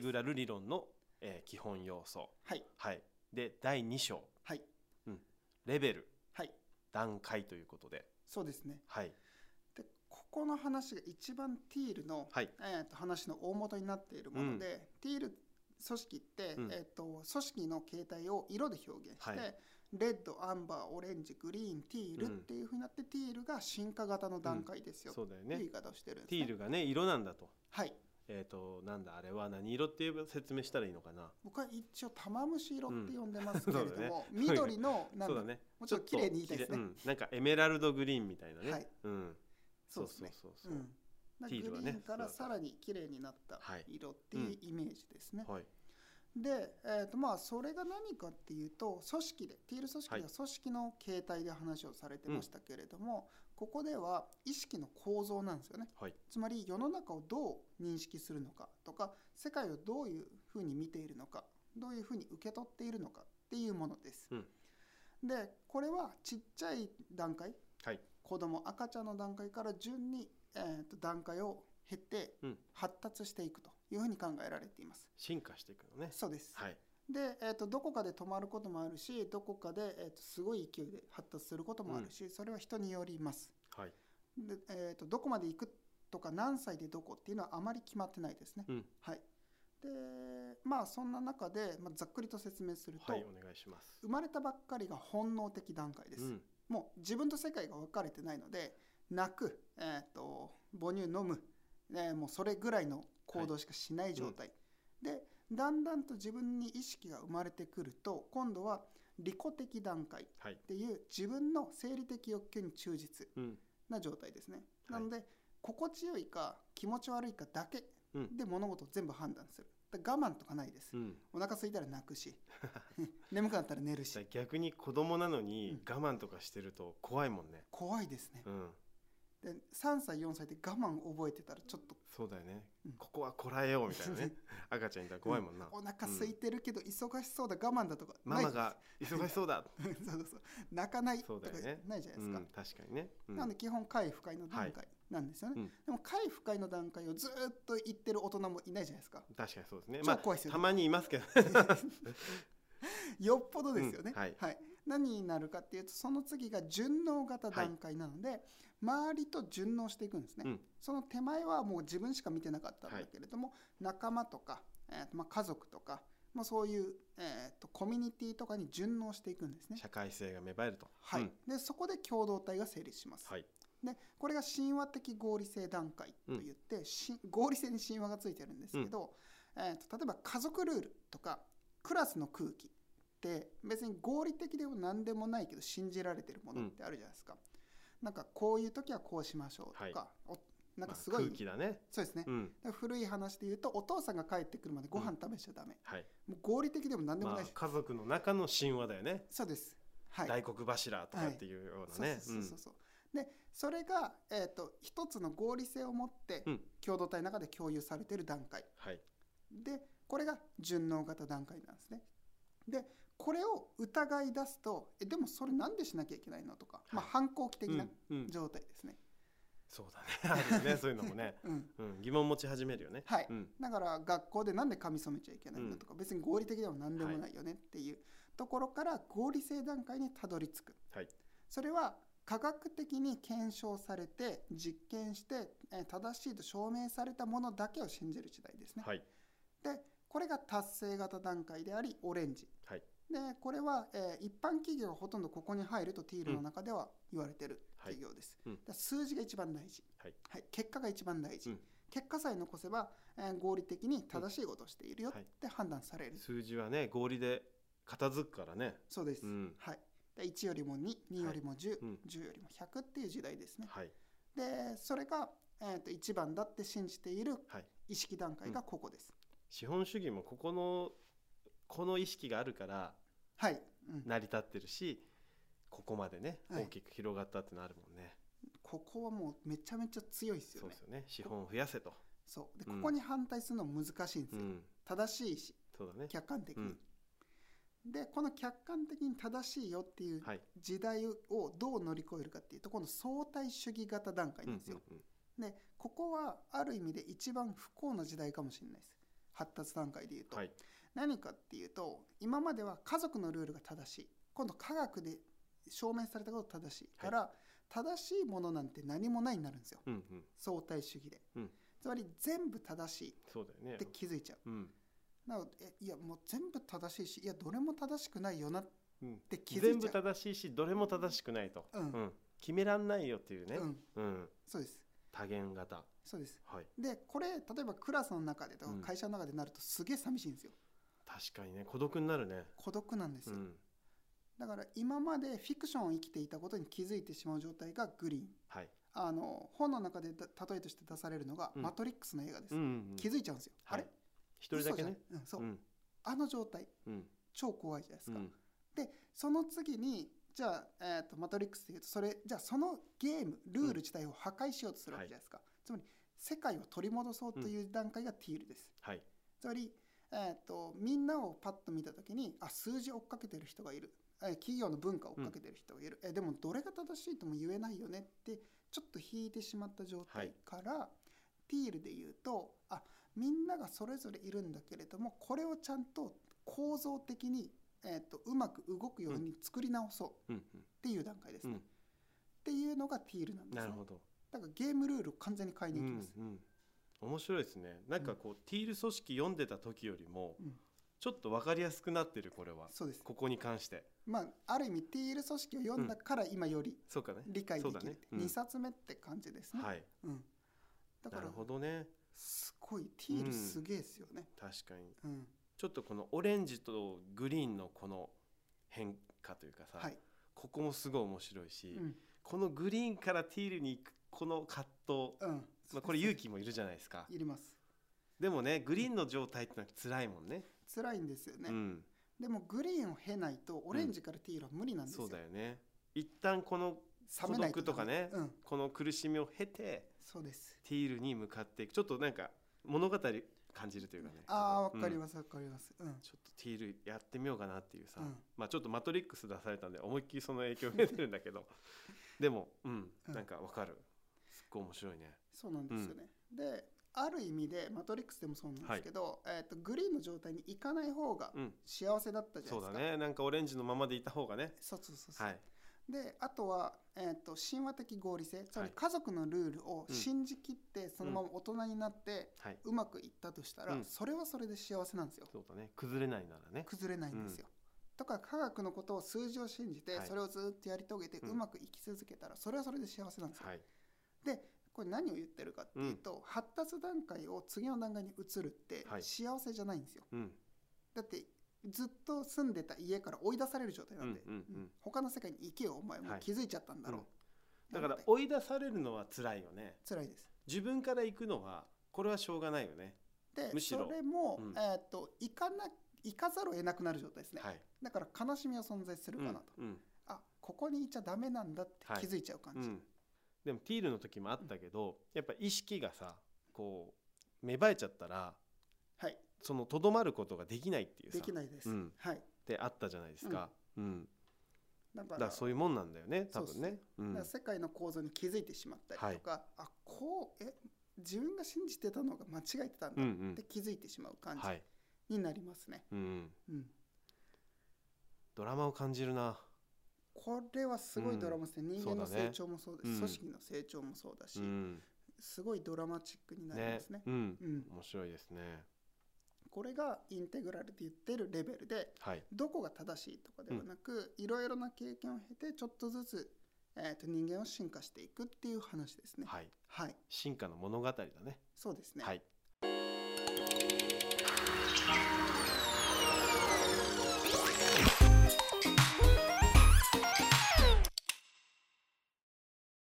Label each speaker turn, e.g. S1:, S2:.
S1: グラル理論の、えー基本要素、
S2: はい
S1: はい、で第2章
S2: はい
S1: レベル
S2: はい
S1: 段階ということで
S2: そうですね
S1: はい
S2: でここの話が一番ティールの、
S1: はい
S2: えー、と話の大元になっているもので、ティール組織って、
S1: うん
S2: えー、と組織の形態を色で表現して、
S1: はい
S2: レッドアンバーオレンジグリーンティールっ
S1: うん
S2: ていうふうになって、ティールが進化型の段階ですよ、
S1: そうだよ
S2: ってい
S1: ね
S2: う言い方をしてるんです、
S1: テ
S2: ね、
S1: ィールがね色なんだと
S2: はい
S1: えっ、となんだあれは何色って言えば説明したらいいのかな
S2: 僕は一応玉虫色って呼んでますけれども、
S1: んそうだね
S2: 緑のなん
S1: そ
S2: だ
S1: うだね
S2: もうちょっと綺麗に言いたいですね
S1: ちょっと綺麗うん、なんかエメラルドグリーンみたいなね、
S2: はい
S1: うん
S2: そ
S1: そうう
S2: です
S1: そう
S2: ね
S1: そうそうう、
S2: んだから
S1: ティールは
S2: グ
S1: ね
S2: リーンから
S1: そ
S2: さらに綺麗になった
S1: はい
S2: 色っていうイメージですね、
S1: はい
S2: で、えーとまあ、それが何かっていうと組織でティール組織では組織の形態で話をされてましたけれども、ここでは意識の構造なんですよね
S1: はい
S2: つまり世の中をどう認識するのかとか世界をどういうふうに見ているのかどういうふうに受け取っているのかっていうものです、
S1: うん
S2: でこれはちっちゃい段階
S1: はい
S2: 子供赤ちゃんの段階から順に、えーと段階を経て
S1: うん
S2: 発達していくというふうに考えられています、
S1: 進化していくのね
S2: そうです、
S1: はい
S2: で、えー、とどこかで止まることもあるしどこかで、えー、とすごい勢いで発達することもあるし、それは人によります
S1: はい
S2: で、えー、とどこまで行くとか何歳でどこっていうのはあまり決まってないですね、
S1: うん
S2: はいでまあそんな中で、まあ、ざっくりと説明すると、
S1: はいお願いします
S2: 生まれたばっかりが本能的段階です、
S1: うん
S2: もう自分と世界が分かれてないので泣く、えー、と母乳飲む、えーもうそれぐらいの行動しかしない状態、でだんだんと自分に意識が生まれてくると今度は利己的段階っ
S1: はい
S2: ていう自分の生理的欲求に忠実
S1: うん
S2: な状態ですね、
S1: い
S2: なので心地よいか気持ち悪いかだけ
S1: うん
S2: で物事を全部判断するだから我慢とかないです、
S1: うん
S2: お腹空いたら泣く し眠くなったら寝るし
S1: じゃあ逆に子供なのに我慢とかしてると怖いもんね
S2: 怖いですね
S1: うん
S2: で3歳4歳で我慢覚えてたらちょっと
S1: そうだよね
S2: うん
S1: ここはこらえようみたい なね赤ちゃんいたら怖いもんな
S2: お腹空いてるけど忙しそうだ我慢だとかな
S1: マ
S2: い
S1: マが忙しそうだ
S2: そうそうそう泣かない
S1: そ
S2: と
S1: う
S2: か
S1: だよね
S2: ないじゃな
S1: う
S2: いですか
S1: ん、確かにねうん
S2: なので基本快不快の段階なんですよね、
S1: うん
S2: でも快不快の段階をずーっと言ってる大人もいないじゃないですか
S1: 確かにそうですね
S2: 超
S1: まあ
S2: 怖いですよね
S1: たまにいますけど
S2: よっぽどですよね、
S1: うんはい
S2: 何になるかっていうとその次が順応型段階なので、周りと順応していくんですね、
S1: うん
S2: その手前はもう自分しか見てなかったんだけれども、仲間とか、えーとまあ、家族とか、まあ、そういう、えーとコミュニティとかに順応していくんですね。
S1: 社会性が芽生えると
S2: はい
S1: うん
S2: でそこで共同体が成立します、
S1: はい
S2: でこれが神話的合理性段階といって、し合理性に神話がついてるんですけど、えーと例えば家族ルールとかクラスの空気って別に合理的でも何でもないけど信じられてるものってあるじゃないですか、なんかこういう時はこうしましょうとか、おなんかすごい、
S1: まあ空気だね
S2: そうですね、
S1: うん
S2: で古い話で言うとお父さんが帰ってくるまでご飯食べちゃダメ、
S1: はい
S2: もう合理的でも何でも
S1: ま
S2: な
S1: あ
S2: いし、
S1: 家族の中の神話だよね
S2: そうですはい
S1: 大黒柱とかっていうようなね
S2: そうそうそうそう、でそれが、えー、と一つの合理性を持って
S1: うん
S2: 共同体の中で共有されている段階
S1: うんはい
S2: でこれが順応型段階なんですねでこれを疑い出すとえでもそれなんでしなきゃいけないのとか、まあ、
S1: はい
S2: 反抗期的な
S1: うんうん
S2: 状態ですね、
S1: そうだねあるよ ねそういうのもね
S2: うん
S1: うん疑問持ち始めるよね
S2: はい
S1: うん
S2: だから学校でなんで髪染めちゃいけないのとか、別に合理的でも何でもないよねっていうところから合理性段階にたどり着く、
S1: はい
S2: それは科学的に検証されて実験してえー正しいと証明されたものだけを信じる時代ですね、
S1: はい
S2: でこれが達成型段階でありオレンジ
S1: はい
S2: でこれは、えー一般企業がほとんどここに入るとティールの中では言われてる
S1: はい
S2: 企業です、
S1: うん
S2: だから数字が一番大事、
S1: はい
S2: 結果が一番大事、
S1: うん
S2: 結果さえ残せば、えー合理的に正しいことをしているよ
S1: うんはい
S2: って判断される、
S1: 数字はね合理で片付くからね
S2: そうです、
S1: うん
S2: はい、で1よりも22よりも1010、
S1: うん
S2: 10よりも100っていう時代ですね
S1: はい
S2: でそれが、えー、と一番だって信じている
S1: はい
S2: 意識段階がここです、
S1: 資本主義もここのこの意識があるから
S2: はい、うん、
S1: 成り立ってるしここまでね
S2: はい
S1: 大きく広がったってのあるもんね、
S2: ここはもうめちゃめちゃ強いですよ
S1: そう
S2: ね
S1: ですよね資本を増やせと、
S2: そうでこ
S1: うん
S2: こに反対するのは難しいんです
S1: う
S2: よ、
S1: ん、
S2: 正しいし
S1: そうだね
S2: 客観的
S1: う
S2: に、
S1: ん
S2: でこの客観的に正しいよっていう
S1: はい
S2: 時代をどう乗り越えるかっていうとこの相対主義型段階
S1: う
S2: なんんですよ、
S1: うんうん
S2: でここはある意味で一番不幸な時代かもしれないです発達段階で言うと、
S1: はい
S2: 何かっていうと今までは家族のルールが正しい今度科学で証明されたことが正しいから、正しいものなんて何もないになるんですよ
S1: うんうん
S2: 相対主義で、
S1: うん
S2: つまり全部正しい
S1: そうだよね
S2: って気づいちゃう
S1: うん
S2: なのでえいやもう全部正しいしいやどれも正しくないよなっ
S1: うん
S2: て気づ
S1: 全
S2: い
S1: 部
S2: ちゃう
S1: 正しいしどれも正しくないと、
S2: うん
S1: 決めらんないよっていうね、
S2: うん、
S1: うん、
S2: そうです
S1: 多元型
S2: そうです
S1: はい
S2: でこれ例えばクラスの中でとか
S1: うん
S2: 会社の中でなるとすげえ寂しいんですよ
S1: 確かにね孤独になるね
S2: 孤独なんです
S1: う
S2: よ、
S1: ん
S2: だから今までフィクションを生きていたことに気づいてしまう状態がグリーン
S1: はい、
S2: あの本の中でだ例えとして出されるのが「
S1: うん
S2: マトリックス」の映画で
S1: う
S2: す、
S1: んうんうん
S2: 気づいちゃうんですよ、
S1: はい
S2: あれ
S1: 一人だけね
S2: 嘘じゃんうんそう、
S1: うん
S2: あの状態
S1: うん
S2: 超怖いじゃないです
S1: う
S2: か、
S1: ん
S2: その次にじゃあ、えーと「マトリックス」でいうとそれじゃあそのゲームルール自体を破壊しようとするわけじゃないですか、つまり世界を取り戻そうという段階がティールです、
S1: はい
S2: つまり、えー、とみんなをパッと見た時にあ数字追っかけてる人がいる、えー企業の文化を追っかけてる人がいる、えーでもどれが正しいとも言えないよねってちょっと引いてしまった状態から、ティールで言うとあみんながそれぞれいるんだけれどもこれをちゃんと構造的に、えー、とうまく動くように作り直そうっ
S1: うん
S2: ていう段階です
S1: う
S2: ね。
S1: ん
S2: っ、ていうのがティールなん
S1: う
S2: で
S1: ん、な
S2: すね
S1: る。ほど
S2: だからゲームルールを完全に変え
S1: う
S2: に行きます
S1: ん。うん、面白いですねなんかこう、ティール組織読んでた時よりも、
S2: うん
S1: ちょっと分かりやすくなってるこれは
S2: そうです。
S1: ここに関して
S2: まあある意味ティール組織を読んだから今より
S1: そうかね
S2: 理解で
S1: そ
S2: き
S1: うだ
S2: る、
S1: ね
S2: って
S1: うん
S2: 2冊目って感じですね、
S1: はい
S2: うん、だか
S1: な
S2: ら
S1: るほどね
S2: すごいティー
S1: うん
S2: ルすげえですよね、
S1: 確かに
S2: うん
S1: ちょっとこのオレンジとグリーンのこの変化というかさ、
S2: はい、
S1: ここもすごい面白いし、
S2: うん
S1: このグリーンからティールに行くこの葛藤、
S2: うん
S1: まあ、これ勇気もいるじゃないですか
S2: いります
S1: でもねグリーンの状態ってのは辛いもんね
S2: 辛いんですよね、
S1: うん
S2: でもグリーンを経ないとオレンジからティールは無理なんですよ、
S1: そうだよね一旦この
S2: 冷めない
S1: 孤独とかね
S2: うん
S1: この苦しみを経て
S2: そうです
S1: ティールに向かっていくちょっとなんか物語感じるというかね
S2: ああーわかり
S1: す、
S2: ますわかりますうん、
S1: うんちょっとティールやってみようかなっていうさ、
S2: うん
S1: まあちょっと「マトリックス」出されたんで思いっきりその影響を受けてるんだけど でもうん
S2: うん
S1: なんかわかるすっごい面白いね
S2: そうなんですよね、である意味で「マトリックス」でもそうなんですけど、えー、とグリーンの状態に行かない方が
S1: うん
S2: 幸せだったじゃな
S1: そ
S2: いうです
S1: だ
S2: か、
S1: ねなんかオレンジのままでいた方がね
S2: そうそうそうそう、
S1: はい
S2: であとは、えー、と神話的合理性つまり
S1: はい
S2: 家族のルールを
S1: うん
S2: 信じきってそのまま大人になって
S1: はいう
S2: まくいったとしたら、
S1: うん
S2: それはそれで幸せなんですよ
S1: そうだね崩れないならね
S2: 崩れないんですよ、とか科学のことを数字を信じて
S1: はい
S2: それをずっとやり遂げて
S1: うん
S2: うまく生き続けたらそれはそれで幸せなんですよ、
S1: はい
S2: これ何を言ってるかっていうと、発達段階を次の段階に移るって
S1: はい
S2: 幸せじゃないんですよ
S1: うん
S2: だってずっと住んでた家から追い出される状態なんで、
S1: うんうんうん
S2: うん他の世界に行けよお前もう気づいちゃったんだろう、
S1: はいだから
S2: なんて
S1: 追い出されるのは辛いよね
S2: 辛いです
S1: 自分から行くのはこれはしょうがないよね
S2: で
S1: むしろ
S2: それも、
S1: うん
S2: えー、と行かな行かざるを得なくなる状態ですね、
S1: はい
S2: だから悲しみは存在する
S1: う
S2: か
S1: ん
S2: なと、
S1: うん
S2: あここにいちゃダメなんだって
S1: はい
S2: 気づいちゃう感
S1: う
S2: じ、
S1: ん、でもティールの時もあったけど、やっぱ意識がさこう芽生えちゃったら
S2: はい
S1: そのとどまることができないっていうさ
S2: できないです、
S1: うん
S2: はい
S1: ってあったじゃないですか、うん
S2: だか
S1: だ
S2: ら
S1: からそういうもんなんだよね多分ねう
S2: だ
S1: ん
S2: から世界の構造に気づいてしまったりとか、あこうえ自分が信じてたのが間違えてたん
S1: う
S2: だ
S1: んう
S2: っ
S1: ん
S2: て気づいてしまう感
S1: はい、
S2: じになりますね、
S1: うん、
S2: うん、
S1: ドラマを感じるな
S2: これはすごいドラマですね、人間の
S1: そうだね
S2: 成長もそうです、
S1: うん
S2: 組織の成長もそうだし、
S1: うん
S2: すごいドラマチックになり
S1: ね
S2: ますね
S1: うん
S2: うん、
S1: 面白いですね
S2: これがインテグラルで言ってるレベルで
S1: はい
S2: どこが正しいとかではなく、いろいろな経験を経てちょっとずつ、えー、と人間は進化していくっていう話ですね。
S1: はい
S2: はい、
S1: 進化の物語だね
S2: そうですね、
S1: はい